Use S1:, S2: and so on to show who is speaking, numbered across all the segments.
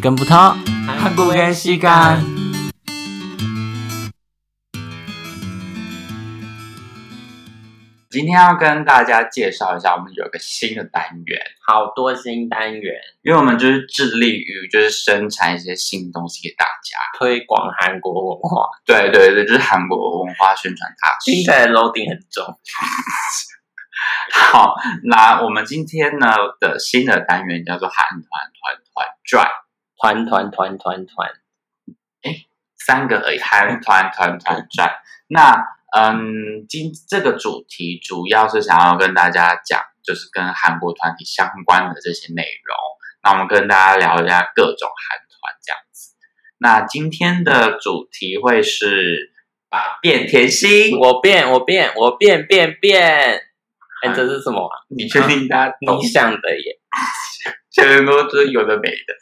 S1: 跟不透，
S2: 한국의시간
S3: 今天要跟大家介绍一下，我们有一个新的单元，
S2: 好多新单元
S3: 因为我们就是致力于就是生产一些新东西给大家。
S2: 推广韩国文化，
S3: 对对对，就是韩国文化宣传大使
S2: 听。起来 loading 很重。
S3: 好，那我们今天呢的新的单元叫做韩团团团转，
S2: 团团团团团，
S3: 三个而已，韩团团团转。那嗯，今这个主题主要是想要跟大家讲，就是跟韩国团体相关的这些内容。那我们跟大家聊一下各种韩团这样子。那今天的主题会是把变甜心，
S2: 我变我变我变变变。哎，
S3: 嗯
S2: 这是什么啊、
S3: 你确定大家懂
S2: 你想的耶？
S3: 全都是有的没的。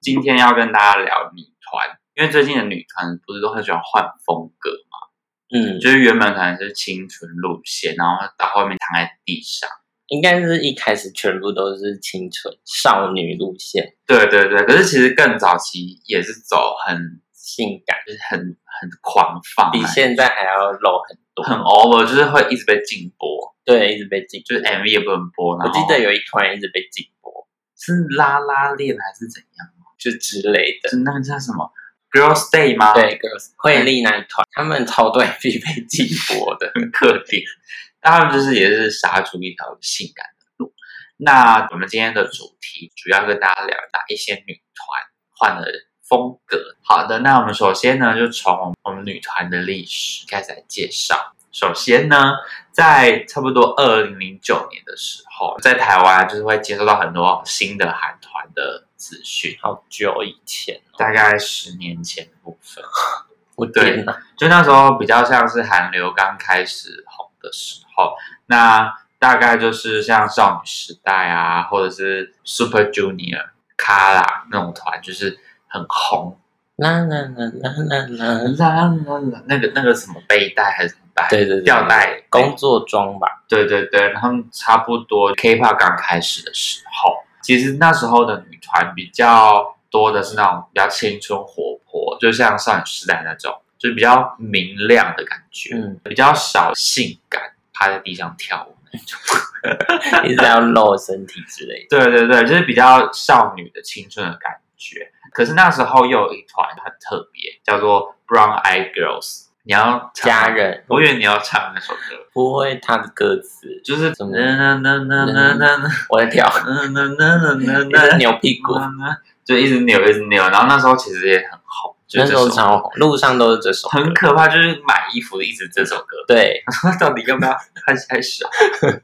S3: 今天要跟大家聊女团，因为最近的女团不是都很喜欢换风格嘛，
S2: 嗯，
S3: 就是原本可能是清纯路线，然后到后面躺在地上。
S2: 应该是一开始全部都是清纯少女路线，
S3: 对对对，可是其实更早期也是走很
S2: 性感，
S3: 就是很很狂放，
S2: 比现在还要 low 很多。
S3: 很 over，就是会一直被禁播，
S2: 对，一直被禁。
S3: 就是哦 MV 也不能播。
S2: 我
S3: 然
S2: 记
S3: 后
S2: 得有一团一直被禁播，
S3: 是拉拉链还是怎样？
S2: 就之类的。
S3: 是那个叫什么 Girls Day 吗？
S2: 对，girls
S3: 哎
S2: 惠利那一团，他们超对必被禁 播的。
S3: 很特定，那他们就是也是杀出一条性感的路。那我们今天的主题主要跟大家聊哪一些女团换了风格。好的，那我们首先呢，就从我们我们女团的历史开始来介绍。首先呢，在差不多二零零九年的时候，在台湾就是会接收到很多新的韩团的资讯，
S2: 好久以前哦，
S3: 大概十年前的部分。
S2: 我
S3: 对
S2: 天哪！
S3: 就那时候比较像是韩流刚开始红的时候，那大概就是像少女时代啊，或者是 Super Junior、Kara 那种团，就是很红。
S2: 啦啦啦啦啦啦，
S3: 啦啦啦啦那个那个什么背带还是什么带？
S2: 对对对，
S3: 吊带
S2: 工作装吧，
S3: 对对对，他们差不多 K-pop 刚开始的时候，其实那时候的女团比较多的是那种比较青春活泼，就像少女时代那种，就是比较明亮的感觉。
S2: 嗯，
S3: 比较少性感，趴在地上跳舞那种。
S2: 一直要露身体之 类的。
S3: 对对对，就是比较少女的青春的感觉。可是那时候又有一团很特别，叫做 Brown Eye Girls。你要唱吗
S2: 家，人，
S3: 我以为你要唱那首歌，
S2: 不会他的歌词，
S3: 就是
S2: 什么
S3: 呐呐呐呐呐呐
S2: 我在 跳，
S3: 呐呐呐
S2: 一
S3: 呐
S2: 直
S3: 呐
S2: 扭屁股，
S3: 呐，就一直扭一直扭。然后那时候其实也很红，就
S2: 那时
S3: 是这
S2: 候
S3: 首
S2: 超红，路上都是这首歌。
S3: 很可怕，就是买衣服一直这首歌。
S2: 对，
S3: 到底要不要开开始、啊？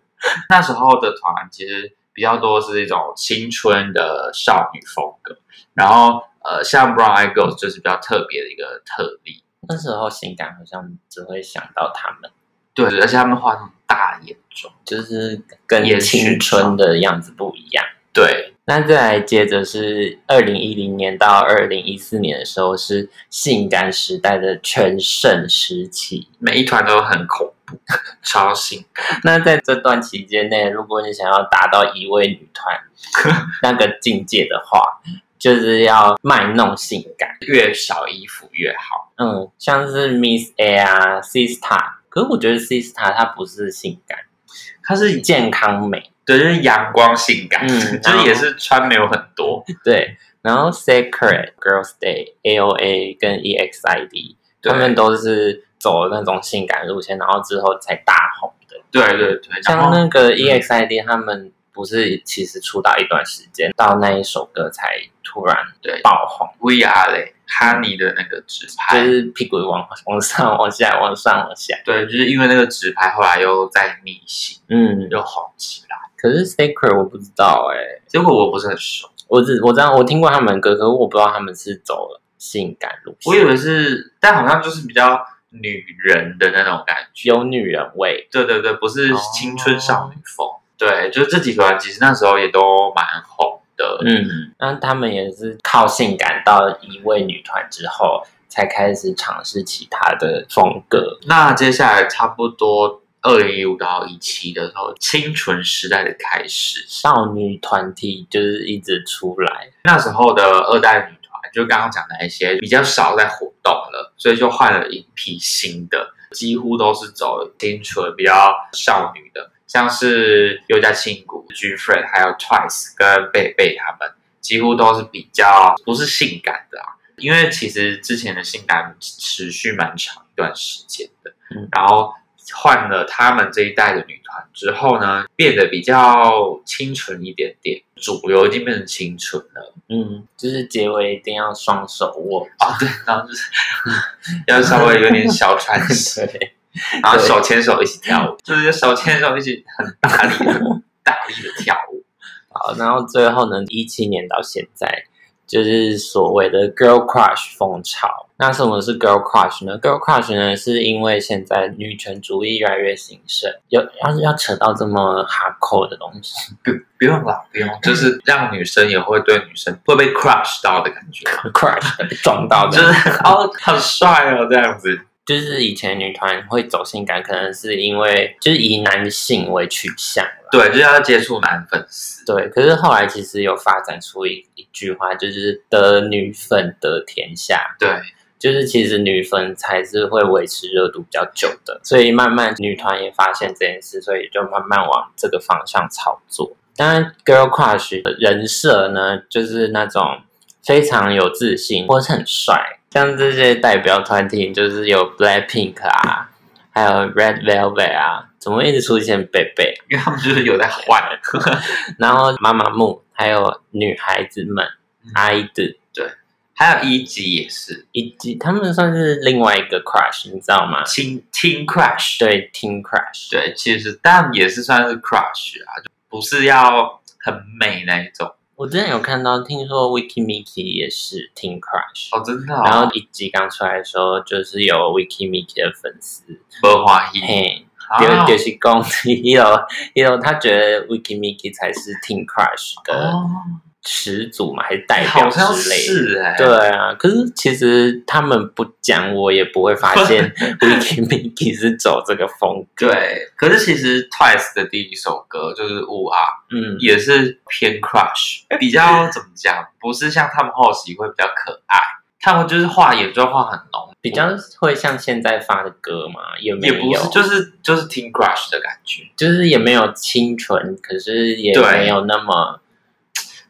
S3: 那时候的团其实比较多是一种青春的少女风格，然后呃，像 Brown Eye Girls 就是比较特别的一个特例，
S2: 那时候性感好像只会想到他们，
S3: 对，而且他们画那种大眼妆，
S2: 就是跟
S3: 也许
S2: 青春的样子不一样。
S3: 对，
S2: 那再来接着是二零一零年到二零一四年的时候，是性感时代的全盛时期。
S3: 每一团都很恐怖， 超性感，
S2: 那在这段期间内，如果你想要达到一位女团那个境界的话，就是要卖弄性感。
S3: 越少衣服越好，
S2: 嗯，像是 Miss A 啊，Sista。可是我觉得 Sista 她不是性感，
S3: 它是
S2: 健康美。
S3: 对，就是阳光性感，
S2: 嗯
S3: 就是也是穿没有很多，
S2: 对，然后 Sacred Girls Day、AOA 跟 E EXID
S3: 对
S2: 他们都是走那种性感路线，然后之后才大红的。
S3: 对对对，然
S2: 像
S3: 后
S2: 那个 E EXID 他们不是其实出道一段时间，到那一首歌才突然
S3: 对
S2: 爆红，
S3: VR 嘞，Honey 的那个直拍
S2: 就。是屁股往往上、往下、往上、往下。
S3: 对，就是因为那个直拍后来又在逆行，
S2: 嗯，
S3: 又红起来。
S2: 可是 Sacred 我不知道哎、
S3: 结果我不是很熟，
S2: 我只我知道我听过他们的歌，可是我不知道他们是走了性感路
S3: 我以
S2: 线，
S3: 为是，但好像就是比较女人的那种感觉。
S2: 有女人味。
S3: 对对对，不是青春少女风。对，就是这几团其实那时候也都蛮红的。
S2: 嗯，那他们也是靠性感到一位女团之后，才开始尝试其他的风格。
S3: 那接下来差不多二零一五到一七的时候，清纯时代的开始，
S2: 少女团体就是一直出来，
S3: 那时候的二代女团就刚刚讲的一些比较少在活动了，所以就换了一批新的，几乎都是走清纯、比较少女的，像是优家庆谷、G Friend 还有 Twice 跟贝贝他们，几乎都是比较不是性感的啊。因为其实之前的性感持续蛮长一段时间的，
S2: 嗯
S3: 然后换了他们这一代的女团之后呢，变得比较清纯一点点，主流已经变成清纯了
S2: 嗯，就是结尾一定要双手握，
S3: 哦，对，然后就是要稍微有点小喘 息，
S2: 对，
S3: 然后手牵手一起跳舞，就是手牵手一起很大力的、大力的跳舞。
S2: 好，然后最后呢，一七年到现在，就是所谓的 girl crush 风潮。那什么是 girl crush 呢？girl crush 呢，是因为现在女权主义越来越兴盛，要要要扯到这么 hardcore 的东西，
S3: 不用啦，不用，就是让女生也会对女生会被 crush 到的感觉，
S2: crush 撞到
S3: 就
S2: 的，
S3: 是哦， 好帅哦，这样子。
S2: 就是以前女团会走性感，可能是因为就是以男性为取向啦。
S3: 对，就是要接触男粉丝。
S2: 对，可是后来其实有发展出一一句话，就是得女粉得天下，
S3: 对，
S2: 就是其实女粉才是会维持热度比较久的，所以慢慢女团也发现这件事，所以就慢慢往这个方向操作。当然，girl crush 的人设呢，就是那种非常有自信或是很帅，像这些代表团体就是有 Blackpink 啊，还有 Red Velvet 啊，怎么一直出现贝贝？
S3: 因为他们就是有在换。
S2: 然后妈妈木，还有女孩子们
S3: 嗯
S2: ，idol
S3: 还有一级也是
S2: 以及他们算是另外一个 crush，你知道吗？
S3: Teen Teen Crush，
S2: 对，teen crush，
S3: 对，其实但也是算是 crush 啊，就不是要很美那一种
S2: 我之前有看到，听说 Wiki Miki 也是 teen crush，、
S3: 哦，真的、哦。
S2: 然后一集刚出来的时候，就是有 Wiki Miki 的粉丝，
S3: 不欢喜，
S2: 嘿，
S3: 啊
S2: 有就是 攻 Hero Hero，他觉得 Wiki Miki 才是 teen crush 的
S3: 哦哎
S2: 始祖嘛，还是代表
S3: 好像
S2: 之类的。
S3: 是哎、
S2: 对啊，可是其实他们不讲，我也不会发 现 Wiki Miki 是走这个风格。
S3: 对，可是其实 Twice 的第一首歌就是《雾啊》，
S2: 嗯，
S3: 也是偏 crush，比 较怎么讲，不是像他们后期会比较可爱，他们就是画眼妆画很浓，
S2: 比较会像现在发的歌嘛，也没
S3: 也
S2: 有，
S3: 不是就是就是听 crush 的感觉，
S2: 就是也没有清纯，可是也
S3: 对
S2: 没有那么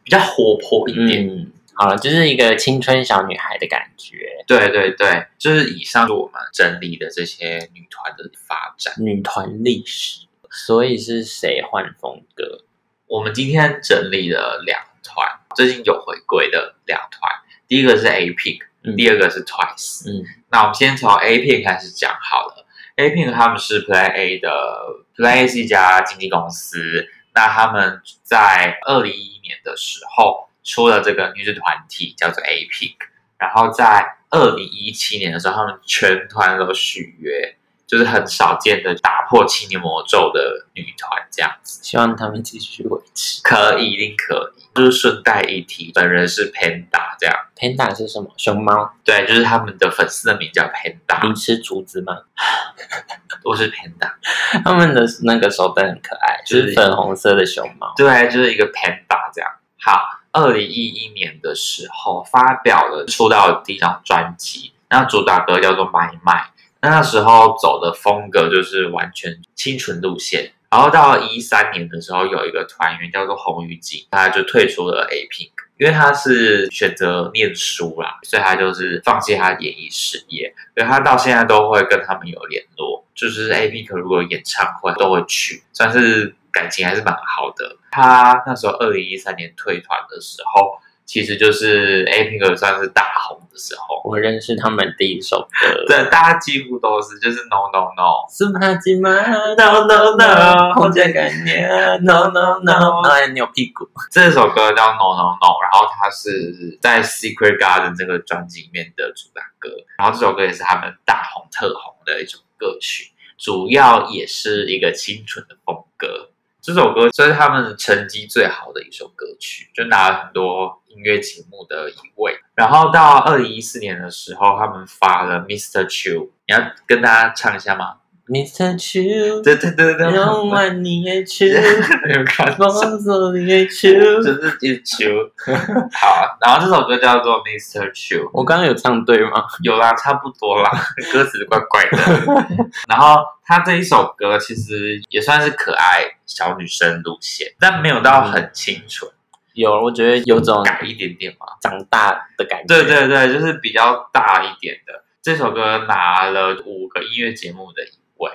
S3: 比较活泼一点。
S2: 嗯，好了，就是一个青春小女孩的感觉。
S3: 对对对，就是以上是我们整理的这些女团的发展。
S2: 女团历史，所以是谁换风格？
S3: 我们今天整理了两团，最近有回归的两团，第一个是 A Pink，
S2: 嗯
S3: 第二个是 Twice。
S2: 嗯
S3: 那我们先从 A Pink 开始讲好了。A Pink 他们是 Play A 的，Play A 是一家经纪公司。那他们在二零一一年的时候出了这个女子团体，叫做 A Pink。然后在二零一七年的时候，他们全团都续约，就是很少见的打破七年魔咒的女团这样子。
S2: 希望他们继续维持。
S3: 可以，一定可以。就是顺带一提，本人是 Panda 这样，
S2: Panda 是什么？熊猫？
S3: 对，就是他们的粉丝的名叫 Panda，
S2: 你吃竹子吗？
S3: 我是 Panda，
S2: 他们的那个手灯很可爱，就是粉红色的熊猫。
S3: 对，就是一个 Panda 这样。好，二零一一年的时候发表了出道的第一张专辑，那主打歌叫做《My My》，那那时候走的风格就是完全清纯路线。然后到一三年的时候，有一个团员叫做洪雨锦，他就退出了 A Pink，因为他是选择念书啦，所以他就是放弃他的演艺事业，所以他到现在都会跟他们有联络，就是 A Pink 如果有演唱会都会去，算是感情还是蛮好的。他那时候二零一三年退团的时候，其实就是 A Pink 算是大红的时候，
S2: 我认识他们第一首歌，
S3: 对，大家几乎都是就是 No No No。
S2: 是帕金吗
S3: No no no，
S2: 空间感念，no no no，哎，扭屁股。
S3: 这首歌叫 No No No，然后它是在 Secret Garden 这个专辑里面的主打歌，然后这首歌也是他们大红特红的一首歌曲，主要也是一个清纯的风格。这首歌这是他们成绩最好的一首歌曲，就拿了很多音乐节目的一位。然后到二零一四年的时候，他们发了 Mr. Chu，你要跟大家唱一下吗？
S2: Mr. Chu，
S3: 对对对对，
S2: 用完你也去，
S3: 有看到。
S2: 放手你也去。
S3: 就是一球，好，然后这首歌叫做 Mr. Chu，
S2: 我刚刚有唱对吗？
S3: 有啦，差不多啦， 歌词怪怪的。然后他这一首歌其实也算是可爱小女生路线，但没有到很清纯，
S2: 有，我觉得有种
S3: 改一点点嘛。
S2: 长大的感觉。
S3: 对，对对，就是比较大一点的。这首歌拿了五个音乐节目的一位，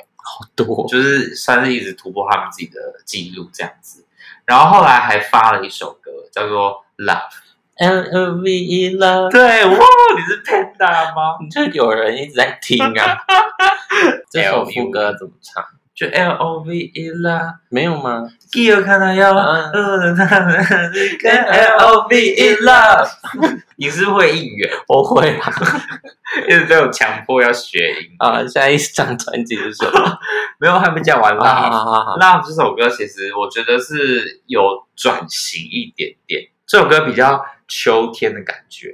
S2: 多
S3: 就是算是一直突破他们自己的记录这样子。然后后来还发了一首歌叫做《Love》，
S2: L O V E love，
S3: 对，哇，你是 Panda 吗？
S2: 就有人一直在听 啊。这首副歌怎么唱？
S3: 就 L O V E Love，
S2: 没有吗？
S3: 一有看到要
S2: 嗯
S3: 嗯，跟 L O V E Love，你是会应援，
S2: 我会啊。
S3: 一直被我强迫要学音，
S2: 啊，下一张专辑是什么？
S3: 没有还没讲完
S2: 啊，
S3: 啦。
S2: 好好好，
S3: 那这首歌其实我觉得是有转型一点点，这首歌比较秋天的感觉，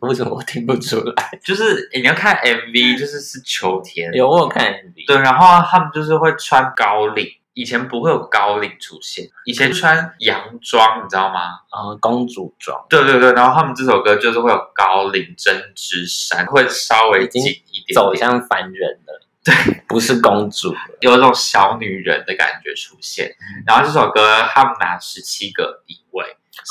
S2: 为什么我听不出来？
S3: 就是你要看 MV，就是是秋天，
S2: 有我有看 MV，
S3: 对，然后他们就是会穿高领，以前不会有高领出现，以前穿洋装，你知道吗？
S2: 啊，公主装
S3: 对对对，然后他们这首歌就是会有高领针织衫，会稍微紧一点
S2: 走
S3: 点，
S2: 向凡人了，对，不是公主了。
S3: 有一种小女人的感觉出现。
S2: 嗯
S3: 然后这首歌他们拿十七个一位，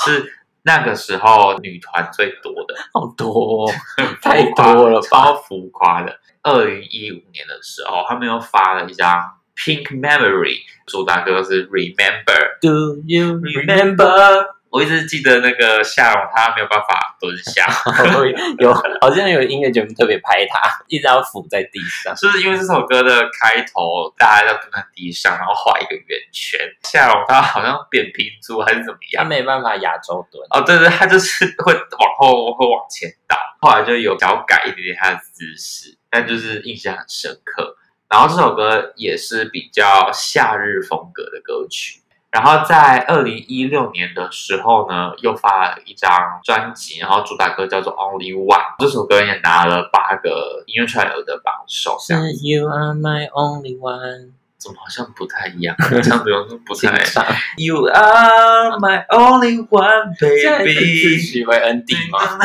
S3: 是那个时候女团最多的，
S2: 好多哦，
S3: 很
S2: 太
S3: 浮夸
S2: 多了吧？
S3: 超浮夸的。二零一五年的时候，他们又发了一张《Pink Memory》，主打歌是《Remember》。
S2: Do you remember？
S3: Remember，我一直记得那个夏蓉，她没有办法蹲下，
S2: 有好像有音乐节目特别拍他，一直要伏在地上。
S3: 就是因为这首歌的开头，大家要蹲在地上，然后画一个圆圈。夏蓉她好像扁平足还是怎么
S2: 他
S3: 样？
S2: 没办法亚洲蹲，
S3: 哦，对对，她就是会往后会往前倒，后来就有小改一点点她的姿势，但就是印象很深刻。然后这首歌也是比较夏日风格的歌曲。然后在二零一六年的时候呢，又发了一张专辑，然后主打歌叫做《Only One》，这首歌也拿了八个音乐串流的榜首，这
S2: 是
S3: 样
S2: You are my only one，
S3: 怎么好像不太一样？唱的又不
S2: 欣
S3: 太。
S2: 赏。
S3: You are my only one,
S2: 现在是自
S3: baby。
S2: 诩为 ND 吗？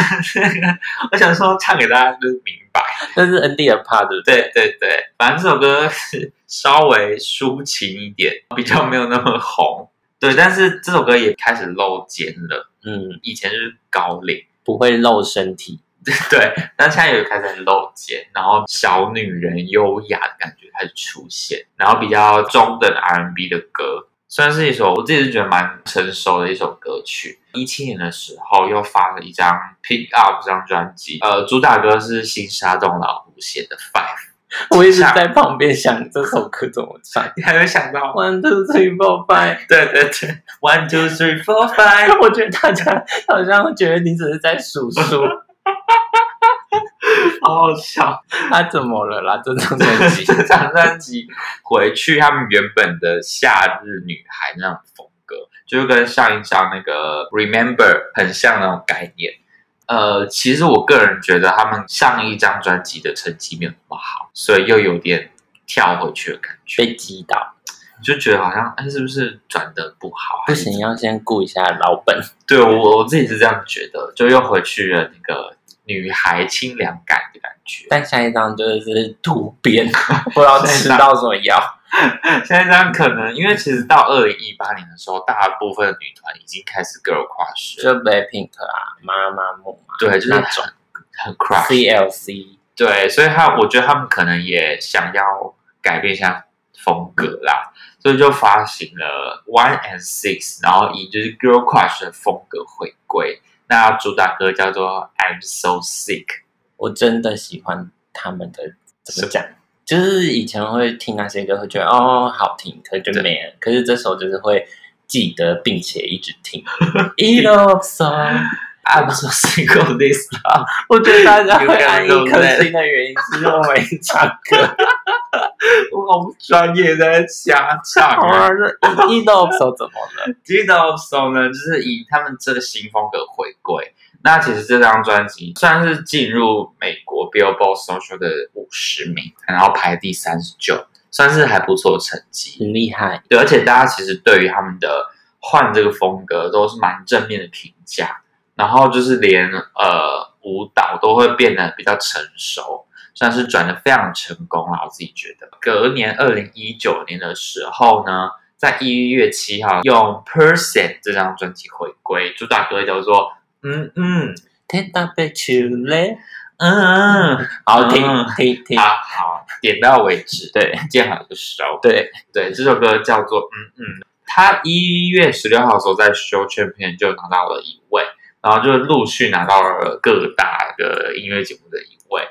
S3: 我想说唱给大家就是明白。
S2: 那是 ND 的 part 对不对？
S3: 对对对，反正这首歌是稍微抒情一点，比较没有那么红。对，但是这首歌也开始露肩了，
S2: 嗯，
S3: 以前是高领，
S2: 不会露身体。
S3: 对，但现在也开始露肩，然后小女人优雅的感觉开始出现，然后比较中等 R&B 的歌，算是一首我自己是觉得蛮成熟的一首歌曲。一七年的时候又发了一张《Pick Up》这张专辑，呃，主打歌是新沙洞老虎写的《Five
S2: 我一直在旁边想这首歌怎么 唱》，。
S3: 你还没想到吗？
S2: One two three four five，
S3: 对对对，One two three four five，
S2: 我觉得大家好像会觉得你只是在数 数，
S3: 好好笑。
S2: 他啊怎么了啦？这张专 辑
S3: 这张专辑回去他们原本的夏日女孩那种风格，就是跟上一张那个 Remember 很像那种概念。呃，其实我个人觉得他们上一张专辑的成绩没有那么好，所以又有点跳回去的感觉，
S2: 被击倒，
S3: 就觉得好像哎，是不是转的不好？
S2: 不行，要先顾一下老本。
S3: 对我我自己是这样觉得，就又回去了那个女孩清凉感的感觉。
S2: 但下一张就是突 变，不知道吃到什么药。
S3: 现在这样可能，因为其实到二零一八年的时候，大部分的女团已经开始 girl crush，了
S2: 就 Blackpink 啊，妈妈木啊，
S3: 对，就是
S2: 那
S3: 很
S2: 种
S3: 很 crush，
S2: CLC，
S3: 对，所以他我觉得他们可能也想要改变一下风格啦，所以就发行了 One and Six，然后以就是 girl crush 的风格回归。那主打歌叫做 I'm So Sick，
S2: 我真的喜欢他们的怎么讲？就是以前会听那些歌，会觉得哦好听，可是就没了。可是这首就是会记得，并且一直 听。一路上，
S3: I'm So Sick of This，
S2: 我觉得大家会
S3: You can
S2: 按一
S3: do
S2: 颗
S3: that
S2: 星的原因是因为我没唱 歌。
S3: 我好不专业在瞎唱
S2: 好
S3: 啊。
S2: 啊，这一路上怎么 了？
S3: Did Also 呢，就是以他们这个新风格回归。那其实这张专辑算是进入美国 Billboard Social 的五十名，然后排第三十九，算是还不错的成绩。
S2: 很厉害，
S3: 对，而且大家其实对于他们的换这个风格都是蛮正面的评价，然后就是连呃舞蹈都会变得比较成熟，算是转的非常成功啦。我自己觉得，隔年二零一九年的时候呢，在一月七号用《Person》这张专辑回归，主打歌叫做嗯嗯
S2: 天大被取嘞，
S3: 嗯嗯，
S2: 好听
S3: 嗯
S2: 听听，
S3: 好好点到为止，
S2: 对
S3: 见好就收。
S2: 对，
S3: 对，这首歌叫做嗯嗯。他一月十六号的时候在 Show Champion 就拿到了一位，然后就陆续拿到了各大的音乐节目的一位。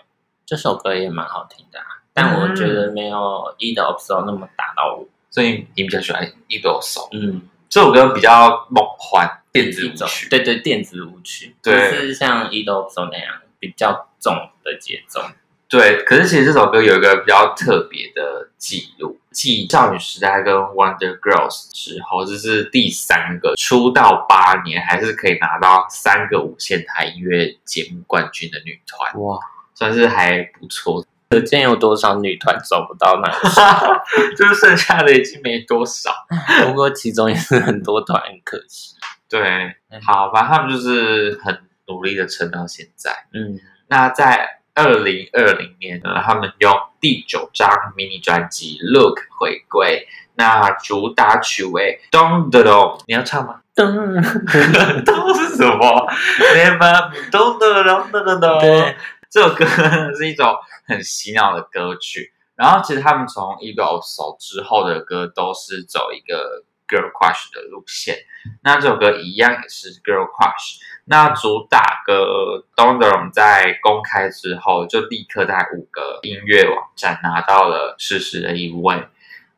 S2: 这首歌也蛮好听的啊，但我觉得没有《一的 o b s o 那么打到我，
S3: 所以你比较喜欢一朵手
S2: 嗯，
S3: 这首歌比较梦幻电子
S2: 一
S3: 舞
S2: 种
S3: 曲，
S2: 对对电子舞曲，不
S3: 对
S2: 是像《一的 o b s o 那样比较重的节奏，
S3: 对，可是其实这首歌有一个比较特别的记录，继少女时代跟 Wonder Girls 之后，这是第三个出道八年还是可以拿到三个无线台音乐节目冠军的女团，
S2: 哇，
S3: 算是还不错。
S2: 可见有多少女团走不到那里。
S3: 就是剩下的已经没多少。
S2: 不过其中也是很多团，很可惜。
S3: 对
S2: 嗯，
S3: 好吧，他们就是很努力的撑到现在。
S2: 嗯，
S3: 那在二零二零年呢，他们用第九张迷你专辑《Look》回归，那主打曲为《Don d o n 你要唱吗？
S2: 噔，
S3: 都是什么？Never Don d o n d o n
S2: 对
S3: 这首歌是一种很洗脑的歌曲。然后其实他们从 Ego So 之后的歌都是走一个 Girl Crush 的路线，那这首歌一样也是 Girl Crush。那主打歌 Don d o n 在公开之后，就立刻在五个音乐网站拿到了实时的一位。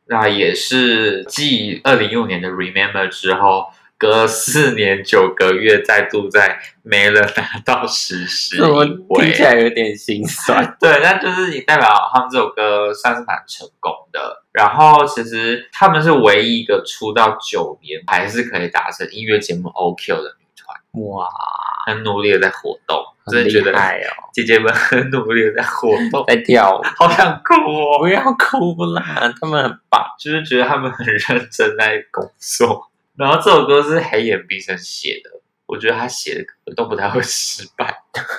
S3: 那也是继二零一五年的 Remember 之后，隔四年九个月再度在没了拿到实时一
S2: 怎么
S3: 位
S2: 听起。来有点心酸？
S3: 对，那就是也代表他们这首歌算是蛮成功的。然后其实他们是唯一一个出道九年还是可以达成音乐节目 OQ 的女团，啊
S2: 哇，
S3: 很努力的在活动，真
S2: 很
S3: 的觉
S2: 厉
S3: 得
S2: 害哦！
S3: 姐姐们很努力的在活动，
S2: 在跳舞，
S3: 好想哭
S2: 不
S3: 哦，
S2: 要哭啦，他们很棒。
S3: 就是觉得他们很认真在工作。然后这首歌是黑眼毕生写的，我觉得他写的歌都不太会失败，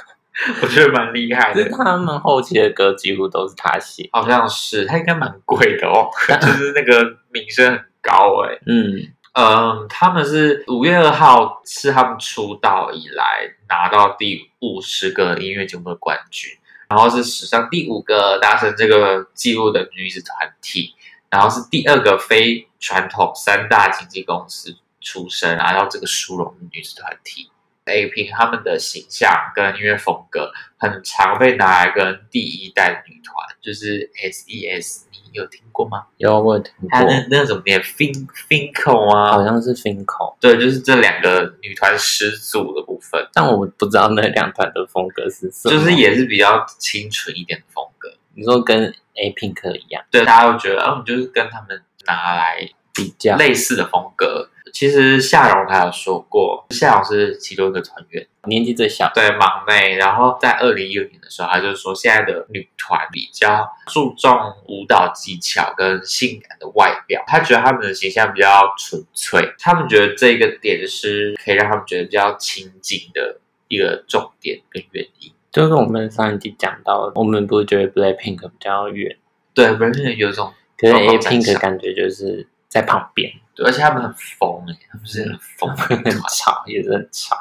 S3: 我觉得蛮厉 害
S2: 可是
S3: 的。
S2: 他们后期的歌几乎都是他写。
S3: 好像是，它应该蛮贵的哦， 就是那个名声很高哎、
S2: 嗯，
S3: 嗯，他们是五月二号是他们出道以来拿到第五十个音乐节目的冠军，然后是史上第五个达成这个纪录的女子团体，然后是第二个非传统三大经纪公司出身拿到这个殊荣的女子团体。A Pink 他们的形象跟音乐风格很常被拿来跟第一代女团，就是 S E S，你有听过吗？
S2: 有我有听
S3: 它
S2: 过，哦
S3: 那那个怎么念？Fin Finco 啊，
S2: 好像是 Finco，
S3: 对，就是这两个女团始祖的部分，
S2: 但我不知道那两团的风格是什么。
S3: 就是也是比较清纯一点的风格。
S2: 你说跟 A Pink 一样
S3: 对，大家都觉得，嗯，就是跟他们拿来
S2: 比较，
S3: 类似的风格。其实夏蓉她有说过，夏蓉是其中一个团员，
S2: 年纪最小，
S3: 对忙内。然后在二零一六年的时候，她就说现在的女团比较注重舞蹈技巧跟性感的外表，她觉得她们的形象比较纯粹，她们觉得这个点是可以让她们觉得比较亲近的一个重点跟原因。
S2: 就是我们上一集讲到，我们不是觉得 Black Pink 比较远。
S3: 对 b r a n 有一种，
S2: 可是
S3: 状
S2: A
S3: 况在
S2: Pink
S3: 上
S2: 感觉就是在旁边，
S3: 对而且他们很疯哎、他们是很疯的
S2: 很
S3: 团，
S2: 吵，也是很吵。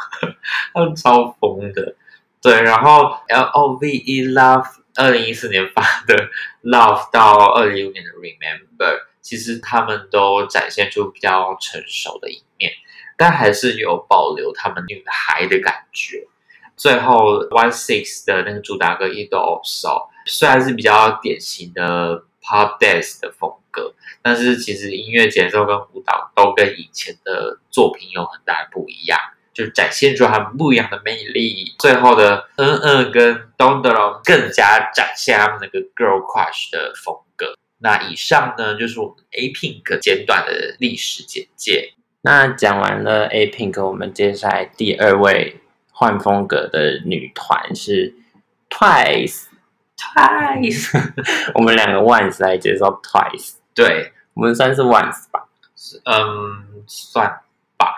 S3: 他们超疯的。对，然后 L O V E Love 二零一四年发的 Love 到二零一五年的 Remember，其实他们都展现出比较成熟的一面，但还是有保留他们女孩的感觉。最后 One Six 的那个主打歌《一 g o of Soul》，虽然是比较典型的 Pop Dance 的风格，但是其实音乐节奏跟舞蹈都跟以前的作品有很大的不一样。就展现出很不一样的魅力。最后的嗯嗯跟 Don d o 更加展现他们那个 girl crush 的风格。那以上呢，就是我们 A Pink 简短的历史简介。
S2: 那讲完了 A Pink，我们接下来第二位换风格的女团是 Twice。
S3: Twice，
S2: 我们两个 once 来介绍 twice，
S3: 对，
S2: 我们算是 once 吧。
S3: 嗯，算，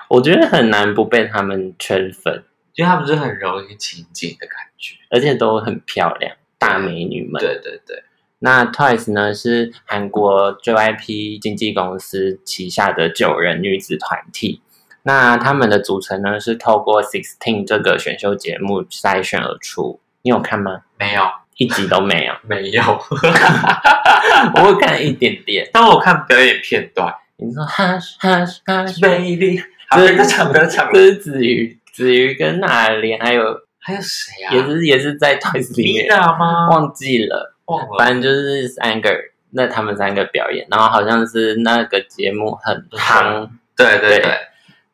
S2: 我觉得很难不被他们圈粉，
S3: 因为他们是很容易亲近的感觉。
S2: 而且都很漂亮，大美女们。
S3: 对对对，
S2: 那 Twice 呢是韩国 JYP 经纪公司旗下的九人女子团体。那他们的组成呢是透过 Sixteen 这个选秀节目筛选而出。你有看吗？
S3: 没有，
S2: 一集都没有
S3: 没有，
S2: 我会看一点点。
S3: 但我看表演片段
S2: 你说哈哈哈
S3: ，Baby，好，
S2: 这
S3: 不要唱，不要唱
S2: 这，是子瑜，子瑜跟哪莲还有
S3: 还有谁啊？
S2: 也是也是在 Twice 里面，
S3: Mina 吗？
S2: 忘记了。
S3: 忘了，
S2: 反正就是三个人，那他们三个表演，然后好像是那个节目很
S3: 啊
S2: 夯。
S3: 对对对，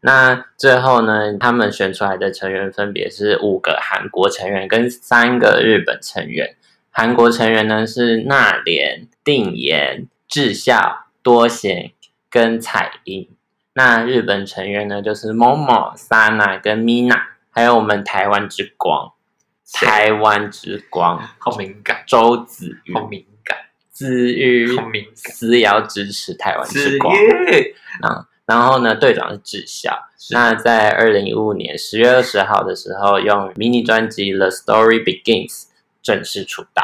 S2: 那最后呢，他们选出来的成员分别是五个韩国成员跟三个日本成员。韩国成员呢是娜莲、定妍、智孝、多贤跟彩英。那日本成员呢就是 Momo、Sana 跟 Mina，还有我们台湾之光，
S3: 谁
S2: 台湾之光
S3: 好敏感，
S2: 周子瑜。
S3: 好敏感，
S2: 子瑜
S3: 好敏感。
S2: 私也要支持台湾之
S3: 子
S2: 光。
S3: 瑜，
S2: 然后呢，队长是智孝。那在二零一五年十月二十号的时候，用迷你专辑《The Story Begins》正式出道。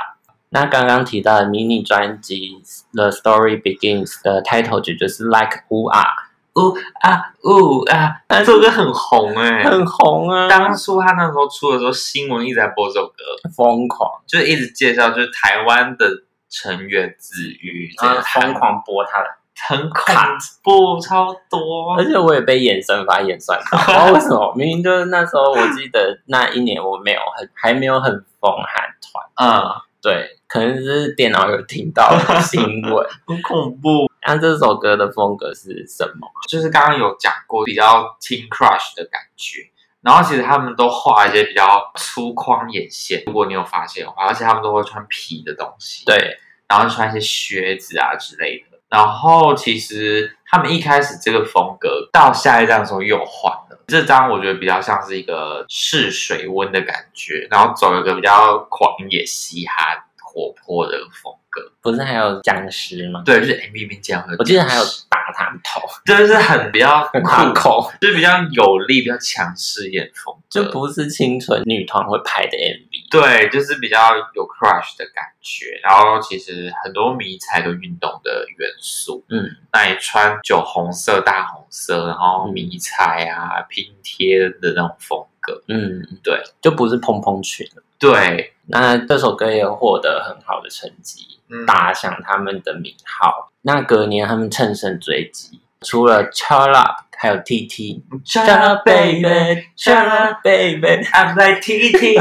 S2: 那刚刚提到的迷你专辑《The Story Begins》的 title 曲就是《Like Who Are
S3: 呜啊呜啊，这首歌很红哎、》，
S2: 哦很红啊，
S3: 当初他那时候出的时候，新闻一直在播这首歌，
S2: 疯狂，
S3: 就是一直介绍，就是台湾的成员子瑜，这个
S2: 啊疯狂播他的，嗯
S3: 很恐怖，超多
S2: 而。且我也被衍生法演算到，不知道为什么，明明就是那时候，我记得那一年我没有很还没有很疯韩团。
S3: 嗯，
S2: 对，可能是电脑有听到 新闻。
S3: 很恐怖。
S2: 那这首歌的风格是什么？
S3: 就是刚刚有讲过比较 Teen Crush 的感觉，然后其实他们都画一些比较粗框眼线，如果你有发现的话，而且他们都会穿皮的东西。
S2: 对，
S3: 然后穿一些靴子啊之类的。然后其实他们一开始这个风格到下一张的时候又换了，这张我觉得比较像是一个试水温的感觉，然后走一个比较狂野嘻哈活泼的风格。
S2: 不是还有僵尸吗？，
S3: 对，就是 M V 边这样的，
S2: 我记得还有打他们头、
S3: 就是很比较
S2: 打
S3: 酷，
S2: 口，
S3: 就是比较有力、比较强势一点的风格，
S2: 就不是清纯女团会拍的 MV。
S3: 对，就是比较有 crush 的感觉。然后其实很多迷彩跟运动的元素，
S2: 嗯，
S3: 那你穿酒红色、大红色，然后迷彩啊、拼贴的那种风格，
S2: 嗯，
S3: 对，
S2: 就不是蓬蓬裙。
S3: 对，
S2: 那这首歌也获得很好的成绩，
S3: 嗯
S2: 打响他们的名号。那隔年他们乘胜追击，除了 Chala，还有 TT。
S3: Chala baby，Chala
S2: baby，
S3: I'm like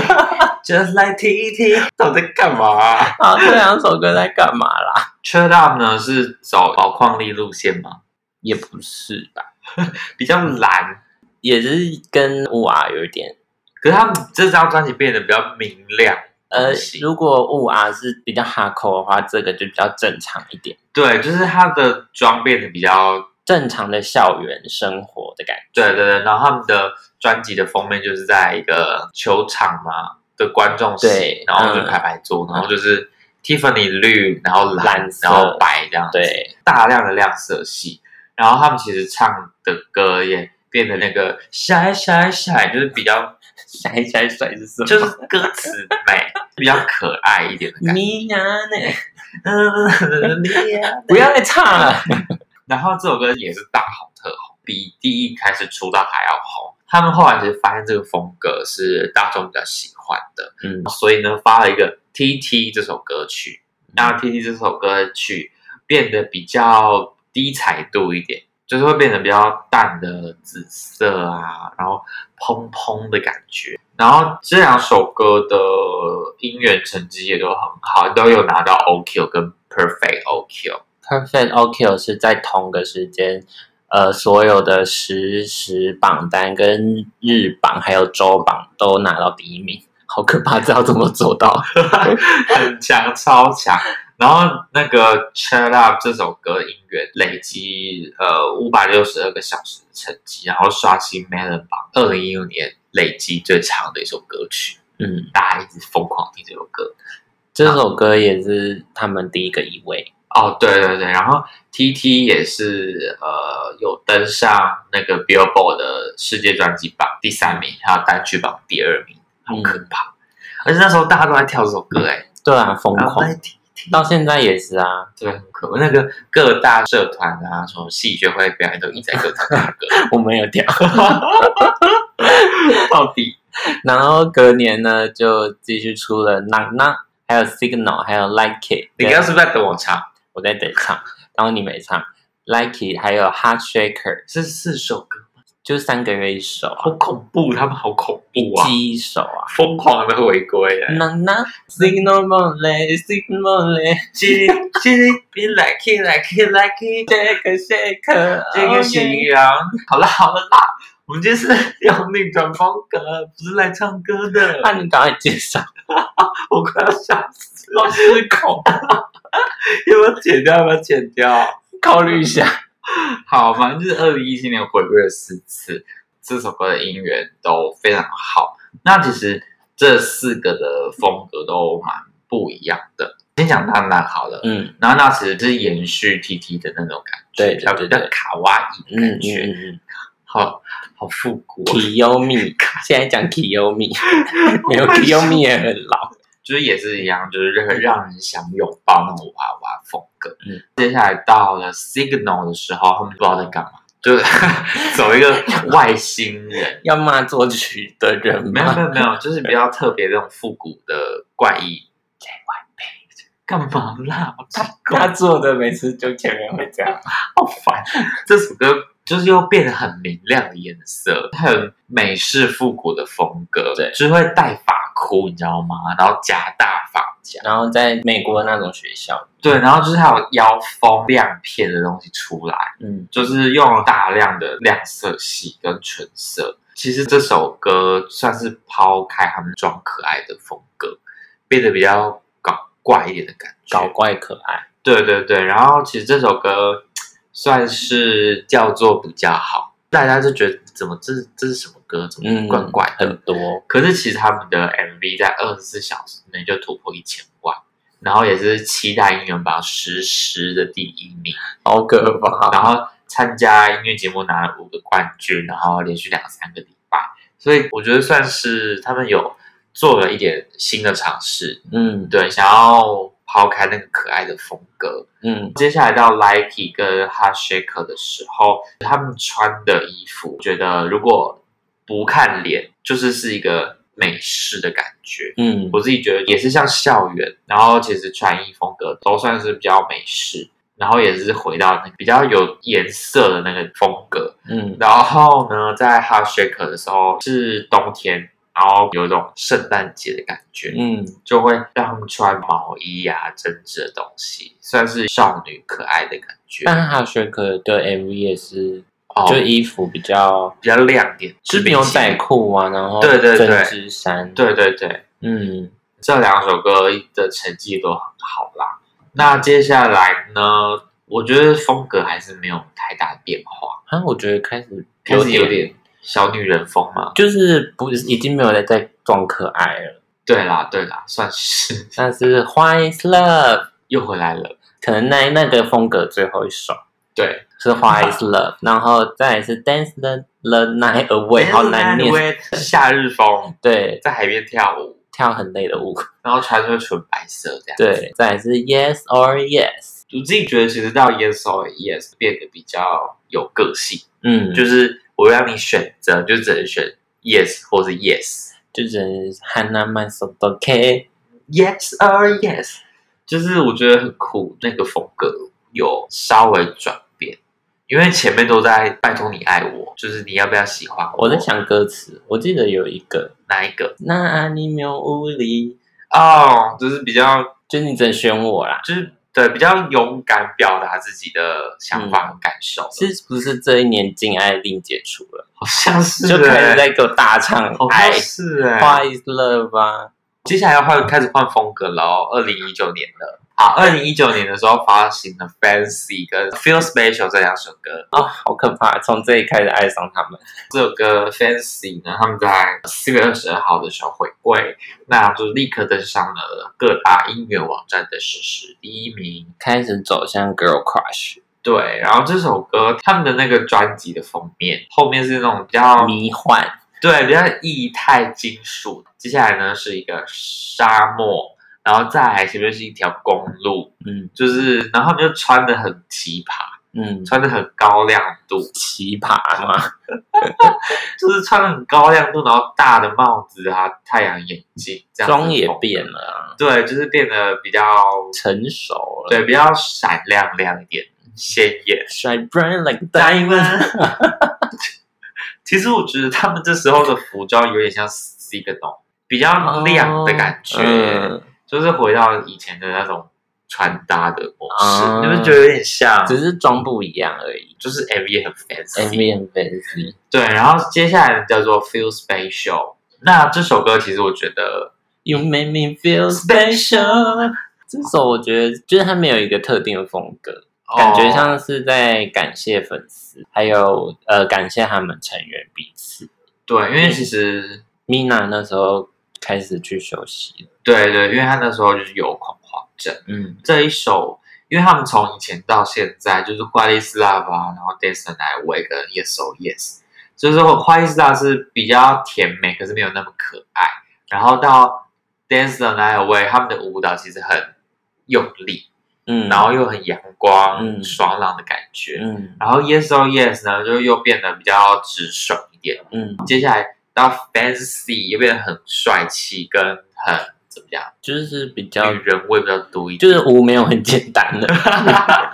S3: TT，just like TT，到底在干嘛、啊、
S2: 好，这两首歌在干嘛啦？
S3: ？Shut up 呢是走宝矿力路线吗？
S2: 也不是吧，
S3: 比较蓝，
S2: 也是跟雾啊有一点。
S3: 可是他们这张专辑变得比较明亮。
S2: 呃
S3: 是，
S2: 如果雾啊是比较哈口的话，这个就比较正常一点，
S3: 对，就是他的妆变得比较
S2: 正常的校园生活的感觉。
S3: 对对对，然后他们的专辑的封面就是在一个球场嘛的观众席
S2: 对，
S3: 然后就
S2: 嗯
S3: 排排坐，然后就是 Tiffany 绿，然后蓝，
S2: 蓝色
S3: 然后白这样，，
S2: 对，
S3: 大量的亮色系。然后他们其实唱的歌也变得那个 shy shy shy，就是比较
S2: 甩甩甩是什么？
S3: 就是歌词 美，比较可爱一点的感觉。
S2: 你呀呢？
S3: 嗯你呀
S2: 不要再唱了。
S3: 然后这首歌也是大红特红，比第一开始出道还要红。他们后来其实发现这个风格是大众比较喜欢的，
S2: 嗯，
S3: 所以呢发了一个《TT》这首歌曲。那《TT》这首歌曲变得比较低彩度一点，就是会变得比较淡的紫色啊，然后砰砰的感觉。然后这两首歌的音源成绩也都很好，都有拿到 OQ 跟 Perfect OQ。
S2: Perfect OQ 是在同个时间，呃，所有的实时榜单、跟日榜还有周榜都拿到第一名，好可怕！知道怎么做到？
S3: 很强，超强。然后那个《Cheer Up》这首歌音源累积呃五百六十二个小时的成绩，然后刷新 Melon 榜二零一六年累积最长的一首歌曲。
S2: 嗯，
S3: 大家一直疯狂听这首歌，
S2: 这首歌也是他们第一个一位，
S3: 哦，对对对，然后 T T 也是呃有登上那个 Billboard 的世界专辑榜第三名，还有单曲榜第二名，好可怕！而且那时候大家都在跳这首歌，哎，
S2: 对啊，嗯疯
S3: 然后
S2: 狂
S3: 在，T
S2: 到现在也是 啊。
S3: 对，很可怕。那个各大社团啊，什么戏剧会表演都一直在歌唱这首 歌，
S2: 我没有掉，
S3: 到底
S2: 然后隔年呢就继续出了《那那》，还有《Signal》，还有《Like It》。
S3: 你刚刚是不是在等我唱？
S2: 我在等唱，然后你没唱，《Like It》，还有《Heart Shaker》，
S3: 是四首歌，
S2: 就三个月一首啊，
S3: 好恐怖，他们好恐
S2: 一
S3: 怖啊！
S2: 季一首啊。
S3: 疯狂的违规哎，
S2: 那那 Signal Monday Signal Monday
S3: 叽哩叽哩别 like it like it like it。
S2: Shake Shake，
S3: 这个形容。好了好了啦，我们就是要逆转风格，不是来唱歌 的。
S2: 那啊你赶快介绍。
S3: 我快要笑死了，失控。要不要剪掉？要不要剪掉？
S2: 考虑一下。
S3: 好，反正就是二零一七年回归了四次，这首歌的音源都非常好。那其实这四个的风格都蛮不一样的。先讲娜娜好了，
S2: 嗯
S3: 然后娜其实是延续 T T 的那种感觉，
S2: 对对对
S3: 比较
S2: 对
S3: 卡哇伊的
S2: 嗯嗯
S3: 感觉，
S2: 嗯嗯
S3: 好好复古哦。
S2: ，Kiyomi，现在讲 Kiyomi，没有
S3: 我快笑
S2: Kiyomi 也很老。
S3: 就是也是一样，就是让让人想拥抱那种娃娃风格。
S2: 嗯，
S3: 接下来到了 Signal 的时候，他们不知道在干嘛，就是 走一个外星人。
S2: 要骂作曲的人
S3: 没有
S2: 吗
S3: 没？有没有，就是比较特别那种复古的怪异。干嘛啦？
S2: 他做的每次就前面会这样，
S3: 好烦！这首歌就是又变得很明亮的颜色，很美式复古的风格，
S2: 对
S3: 就是会戴发箍，你知道吗？然后夹大发夹。
S2: 然后在美国那种学校，
S3: 对，然后就是还有腰封亮片的东西出来，
S2: 嗯，
S3: 就是用大量的亮色系跟纯色。其实这首歌算是抛开他们装可爱的风格，变得比较搞怪一点的感觉。
S2: 搞怪可爱，
S3: 对对对，然后其实这首歌算是叫做比较好，大家就觉得怎么这这是什么歌，怎么
S2: 嗯，
S3: 怪怪的？
S2: 很多，
S3: 可是其实他们的 MV 在二十四小时内就突破一千万，然后也是七大音源榜实时的第一名，
S2: 好可怕。
S3: 然后参加音乐节目拿了五个冠军，然后连续两三个礼拜，所以我觉得算是他们有做了一点新的尝试，
S2: 嗯
S3: 对，想要抛开那个可爱的风格，
S2: 嗯，
S3: 接下来到 Likey 跟 Hot Shaker 的时候，他们穿的衣服，觉得如果不看脸，就是是一个美式的感觉。
S2: 嗯
S3: 我自己觉得也是像校园，然后其实穿衣风格都算是比较美式，然后也是回到那个比较有颜色的那个风格。
S2: 嗯，
S3: 然后呢，在 Hot Shaker 的时候是冬天，然后有一种圣诞节的感觉。
S2: 嗯，
S3: 就会让他们穿毛衣啊、针织的东西，算是少女可爱的感觉。
S2: 但哈学可的 MV 也是，
S3: 哦，
S2: 就衣服比较
S3: 比较亮点，
S2: 是牛仔。裤啊，然后
S3: 对对对
S2: 针织衫，，
S3: 对对对，
S2: 嗯
S3: 这两首歌的成绩都很好啦。那接下来呢，我觉得风格还是没有太大的变化，
S2: 啊，我觉得开始
S3: 开始有点小女人风嘛。
S2: 就是不已经没有在在装可爱了，
S3: 对啦对啦，算是
S2: 但是《Why Is Love》
S3: 又回来了。
S2: 可能那那个风格最后一首
S3: 对，
S2: 是《Why Is Love》，然后再来是《Dance the the Night Away》，好难念，
S3: 念。夏日风，
S2: 对，
S3: 在海边跳舞，
S2: 跳很累的舞，
S3: 然后穿着纯白色这样。
S2: 对，再来是《Yes or Yes》，
S3: 我自己觉得，其实到 Yes or Yes 变得比较有个性，
S2: 嗯，就
S3: 就是我让你选择，就只能选 Yes 或是 Yes。
S2: 就只能汉娜曼手都 K，
S3: Yes or Yes，就是我觉得很酷，那个风格有稍微转变，因为前面都在拜托你爱我，就是你要不要喜欢我？
S2: 我在想歌词，我记得有一个，
S3: 哪一个？
S2: 那你没有无理，
S3: 哦，就是比较，
S2: 就是你只能选我啦。
S3: 就是对，比较勇敢表达自己的想法和感受，
S2: 嗯是不是这一年禁爱令解除了，
S3: 好像是
S2: 就开始
S3: 欸
S2: 在给我大唱
S3: 好像
S2: 爱
S3: 是哎、
S2: Why is love 啊？
S3: 接下来要换开始换风格了哦，二零一九年了，好，二零一九年的时候发行了《Fancy》跟《Feel Special》这两首歌。
S2: 啊、好可怕！从这里开始爱上他们，
S3: 这首歌《Fancy》呢，他们在四月二十二号的时候回归，那就立刻登上了各大音乐网站的实时第一名。
S2: 开始走向 girl crush，
S3: 对，然后这首歌他们的那个专辑的封面后面是那种比较
S2: 迷幻。
S3: 对，比较液态金属。接下来呢是一个沙漠，然后再来前面是一条公路，
S2: 嗯
S3: 就是然后他们就穿的很奇葩，
S2: 嗯，
S3: 穿的很高亮度，
S2: 奇葩嘛，
S3: 就是穿的很高亮度，然后大的帽子啊，太阳眼镜，这样子
S2: 妆也
S3: 风格
S2: 变了啊，
S3: 对，就是变得比较
S2: 成熟了，
S3: 对比较闪亮亮一点，鲜艳。
S2: ，shine bright like diamond。
S3: 其实我觉得他们这时候的服装有点像 C 个洞，比较亮的感觉。
S2: 嗯
S3: 就是回到以前的那种穿搭的模式，
S2: 啊
S3: 你们觉得有点像，
S2: 只是妆不一样而已。
S3: 就是 MV 很 fancy。
S2: MV 很 fancy，
S3: 对，然后接下来叫做 Feel Special。那这首歌其实我觉得
S2: You make me feel special。这首我觉得就是它没有一个特定的风格，感觉
S3: 哦
S2: 像是在感谢粉丝，还有呃感谢他们成员彼此。
S3: 对，因为其实
S2: Mina 那时候开始去休息了，
S3: 对对，因为他那时候就是有恐慌症
S2: 嗯，
S3: 这一首。因为他们从以前到现在，就是《花丽丝 Love》啊，然后《Dance the Night Away》跟《Yes Oh Yes》，就是《花丽丝 Love》是比较甜美，可是没有那么可爱。然后到《Dance the Night Away》，他们的舞蹈其实很用力，
S2: 嗯，
S3: 然后又很阳光、
S2: 嗯
S3: 爽朗的感觉。
S2: 嗯
S3: 然后 Yes or Yes 呢，就又变得比较直爽一点。
S2: 嗯，
S3: 接下来到 Fancy 又变得很帅气，跟很怎么样，
S2: 就是比较
S3: 女人味比较多一点，
S2: 就是舞没有很简单 的，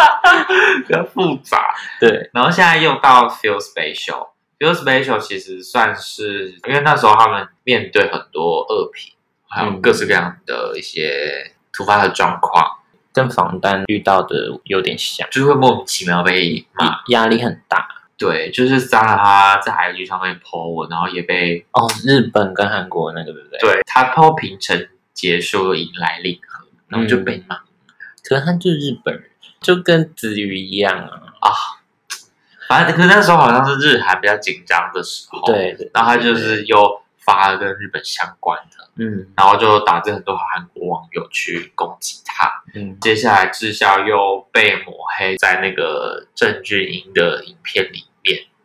S3: 比较复杂。
S2: 对，
S3: 然后现在又到 Feel Special。Feel Special 其实算是，因为那时候他们面对很多恶评，还有
S2: 嗯
S3: 各式各样的一些突发的状况，
S2: 跟防弹遇到的有点像，
S3: 就会莫名其妙被骂。
S2: 压力很大。
S3: 对，就是扎了他在 IG 上面 po 我，然后也被
S2: 哦，日本跟韩国那个对不对？
S3: 对他 po 平成结束，迎来令和，然后就
S2: 嗯
S3: 被骂、
S2: 可是他就是日本人，就跟子瑜一样啊。
S3: 啊。反正可是那时候好像是日韩比较紧张的时候，，
S2: 对对，
S3: 然后他就是又发了跟日本相关的，
S2: 嗯
S3: 然后就导致很多韩国网友去攻击他。
S2: 嗯
S3: 接下来智孝又被抹黑在那个郑俊英的影片里面。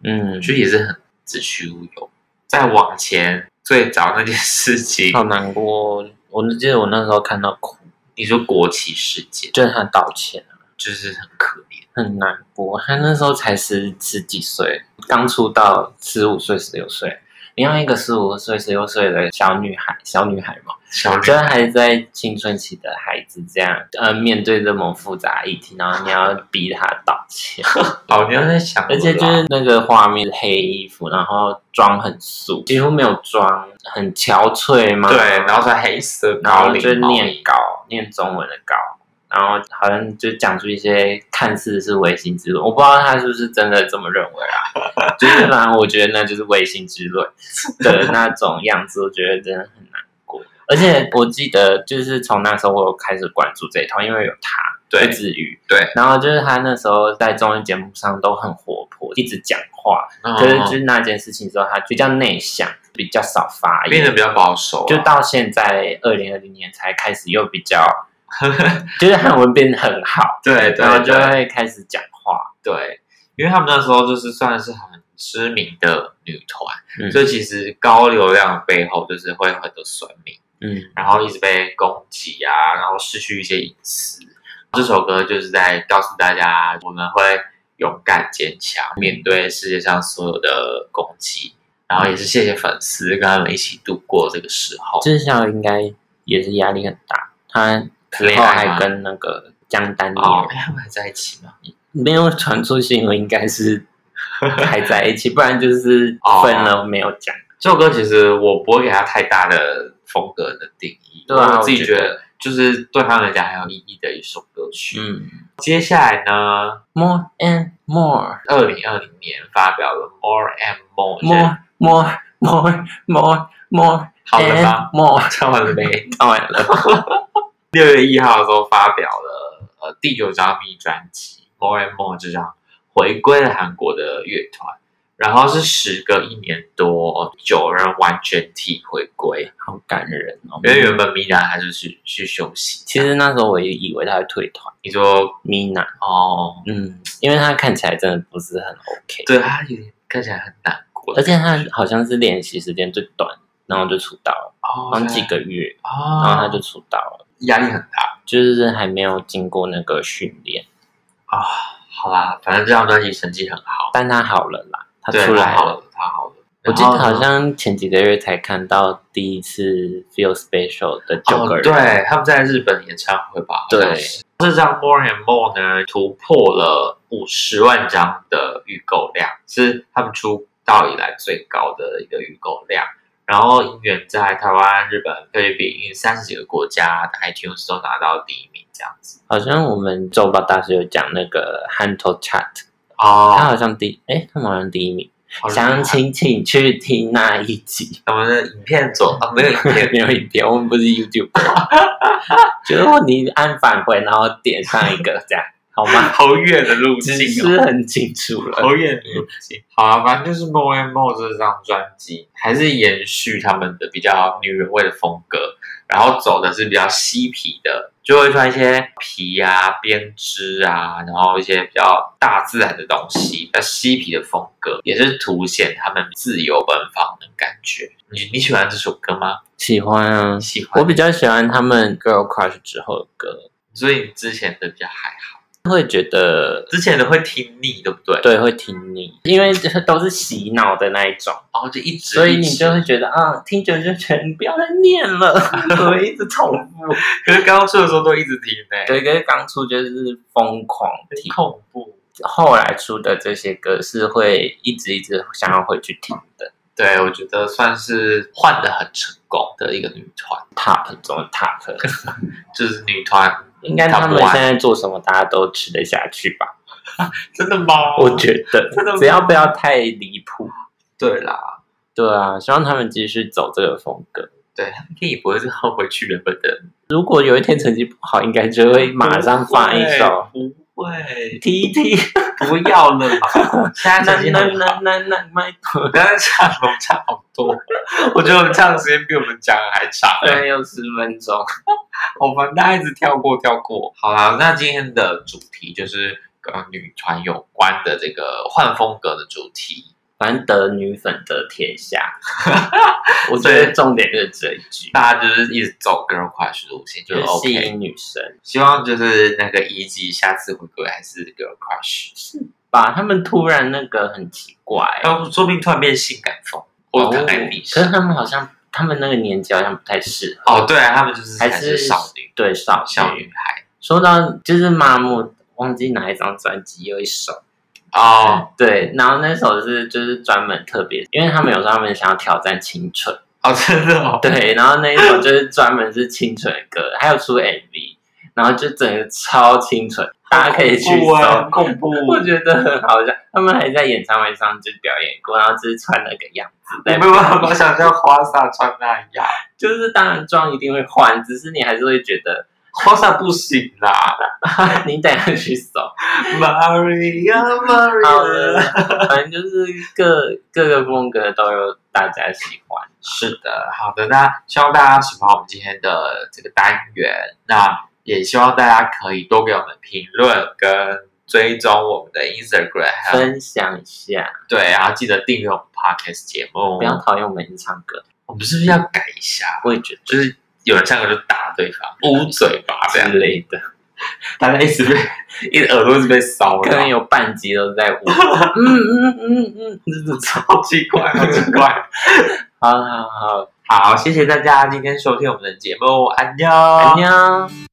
S2: 嗯
S3: 我，觉得也是很子虚乌有。再往前，最早那件事情，
S2: 好难过哦。我记得我那时候看到哭，
S3: 你说国旗事件，
S2: 就是他道歉啊，
S3: 就是很可怜。
S2: 很难过。他那时候才十十几岁，刚出道，十五岁、十六岁。你让一个十五岁、十六岁的小女孩，小女孩嘛，
S3: 小
S2: 觉
S3: 人
S2: 得还在青春期的孩子这样，呃，面对这么复杂议题，然后你要逼他道歉，
S3: 老娘在想我啦，
S2: 而且就是那个画面，黑衣服，然后妆很素，几乎没有妆，很憔悴嘛。
S3: 对，然后穿黑色
S2: 然
S3: 高
S2: 后
S3: 领
S2: 就
S3: 毛
S2: 念
S3: 衣，
S2: 稿，念中文的稿，然后好像就讲出一些看似是唯心之论，我不知道他是不是真的这么认为啊。 就是反正我觉得那就是唯心之论的那种样子，我觉得真的很难过。而且我记得，就是从那时候我有开始关注这一套，因为有他，
S3: 对
S2: 就子瑜，
S3: 对，
S2: 然后就是他那时候在综艺节目上都很活泼，一直讲话，可是就是
S3: 嗯
S2: 那件事情之后，他比较内向，比较少发言，
S3: 变得比较保守啊，
S2: 就到现在二零二零年才开始又比较， 就是韩文变得很好，
S3: 对
S2: 然后
S3: 对
S2: 就
S3: 对
S2: 会开始讲话。
S3: 对，因为他们那时候就是算是很知名的女团，
S2: 嗯
S3: 所以其实高流量背后就是会有很多酸民。
S2: 嗯
S3: 然后一直被攻击啊，然后失去一些隐私。这首歌就是在告诉大家，我们会勇敢坚强，面对世界上所有的攻击。然后也是谢谢粉丝跟他们一起度过这个时候。
S2: 智孝应该也是压力很大，他之后还跟那个江丹妮、
S3: 哦，哎他们还在一起吗？
S2: 没有传出新闻，应该是还在一起，不然就是
S3: 哦
S2: 分了没有讲。
S3: 这首歌其实我不会给它太大的风格的定义，
S2: 对啊
S3: 我自己
S2: 我
S3: 觉
S2: 觉得
S3: 得就是对他们来讲很有意义的一首歌曲。
S2: 嗯
S3: 接下来呢，
S2: ，more and more
S3: 二零二零年发表了《More and More》，
S2: more more more 哦 more more
S3: 好了
S2: and
S3: 吗？
S2: more，
S3: 唱完了没？
S2: 唱完了。
S3: 六月一号的时候发表了呃第九张密专辑《More and More》这张回归了韩国的乐团，然后是时隔一年多，哦九人完全体回归，
S2: 好感人哦。
S3: 因为原本 Mina 她就是去休息，
S2: 其实那时候我也以为他会退团
S3: 你说
S2: ，Mina，
S3: 哦，
S2: 嗯，因为他看起来真的不是很 OK，
S3: 对她有点看起来很难过
S2: 而
S3: 的
S2: 且
S3: 感觉，
S2: 他好像是练习时间最短，然后就出道了，
S3: 哦
S2: 好像几个月，
S3: 哦，
S2: 然后他就出道了，
S3: 压力很大
S2: 就是还没有经过那个训练，哦
S3: 啊、好啦，反正这张专辑成绩很好，
S2: 但他好了啦，他
S3: 对，
S2: 出来
S3: 她好。了，她好了。
S2: 我记得
S3: 然后
S2: 好
S3: 呢
S2: 像前几个月才看到第一次 Feel Special 的九个
S3: 哦，
S2: 人，
S3: 对，他们在日本演唱会吧？好像
S2: 对
S3: 是。这张《More and More》呢，突破了五十万张的预购量，是他们出道以来最高的一个预购量。然后音源在台湾、日本、菲律宾三十几个国家的 iTunes 都拿到第一名，这样子。
S2: 好像我们周报大师有讲那个 Hanto Chat，他
S3: 哦，
S2: 好像第哎、他们好像第一名，
S3: 好厉害
S2: 详情请去听那一集。，
S3: 我们的影片组啊，没有影片
S2: 没有影片，我们不是 YouTube，就是你按返回，然后点上一个这样，好 吗？
S3: 好远的路
S2: 只
S3: 径哦。
S2: 是很清楚了，
S3: 好远路径。好啊，反正就是《More and More》这张专辑还是延续他们的比较女人味的风格，然后走的是比较嬉皮的，就会穿一些皮啊、编织啊，然后一些比较大自然的东西，比较嬉皮的风格，也是凸显他们自由奔放的感觉。你你喜欢这首歌吗？
S2: 喜欢啊
S3: 你。喜欢，
S2: 我比较喜欢他们 Girl Crush 之后的歌，
S3: 所以你之前的比较还好，
S2: 会觉得
S3: 之前的会听腻，对不对？
S2: 对会听腻，因为这都是洗脑的那一种，
S3: 哦，就一直，
S2: 所以你
S3: 一直
S2: 就会觉得啊，听久就觉得你不要再念了，怎么一直重复？
S3: 可是刚刚说的时候都一直听呢、
S2: 对，可是刚出就是疯狂听
S3: 很，恐怖。
S2: 后来出的这些歌是会一直一直想要回去听的
S3: 对，我觉得算是换的很成功的一个女团，
S2: ，top 中的 top。
S3: 就是女团
S2: 应该他们
S3: Top one
S2: 现在做什么，大家都吃得下去吧？
S3: 真的吗？
S2: 我觉 得
S3: 真的吗，
S2: 只要不要太离谱。
S3: 对啦，
S2: 对啊，希望他们继续走这个风格。
S3: 对，他们可以不会是后回去原本的，
S2: 如果有一天成绩不好，应该就会马上放一首
S3: 不 会，
S2: T T
S3: 不会，不要了 嘛，现在
S2: 那
S3: 成绩
S2: 那
S3: 很
S2: 那
S3: 好。
S2: 那那麦克，
S3: 不要再唱了，我们唱好多。我觉得我们唱的时间比我们讲的还长，
S2: 对，有十分钟。
S3: 我们大家一直跳过跳过。好啦，那今天的主题就是跟女团有关的这个换风格的主题。
S2: 反正得女粉得天 下，我觉得重点就是这一句，
S3: 大家就是一直走 girl crush 路线，就
S2: 就是是吸
S3: OK。
S2: 引女生
S3: 希望就是那个一季下次回归还是 girl crush，
S2: 吧。他们突然那个很奇怪，
S3: 然后说不定突然变性感风，或者
S2: 哦
S3: 可爱历
S2: 可
S3: 史。
S2: 是他们好像他们那个年纪好像不太适合，
S3: 哦，对、啊，他们就是
S2: 还
S3: 是少女
S2: 对少
S3: 小
S2: 女。
S3: 女孩
S2: 说到就是麻木，忘记哪一张专辑有一首，
S3: 哦
S2: 对，然后那首是就是专门特别，因为他们有时候他们想要挑战青春，
S3: 哦，真的哦，
S2: 对，然后那一首就是专门是清纯的歌，还有出 MV，然后就整个超清纯，大家可以去搜。
S3: 恐怖啊很 恐怖
S2: 我觉得很好笑，他们还在演唱会上就表演过，然后就是穿那个样子，
S3: 我
S2: 对
S3: 没，有办法想象花洒穿那样，
S2: 就是当然妆一定会换，只是你还是会觉得，
S3: 花洒不行啦
S2: 你等一下去搜。
S3: ，Maria
S2: 好了
S3: Maria，，
S2: 反正就是各各个风格都有大家喜欢。
S3: 是的，好的，那希望大家喜欢我们今天的这个单元，那也希望大家可以多给我们评论跟追踪我们的 Instagram，还有
S2: 分享一下，
S3: 对，然后记得订阅我们 podcast 节目
S2: 不。要讨厌我们一直唱歌，
S3: 我们是不是要改一下？
S2: 我也觉得
S3: 就是有人唱歌就打对方，捂嘴巴这样
S2: 之，类的，
S3: 大家一直被一直耳朵一直被骚
S2: 可能
S3: 扰，
S2: 有半集都 在舞。嗯嗯嗯嗯，这种。
S3: 好奇怪，好奇怪。
S2: 好好好，
S3: 好，谢谢大家今天收听我们的节目，安妞，
S2: 안녕。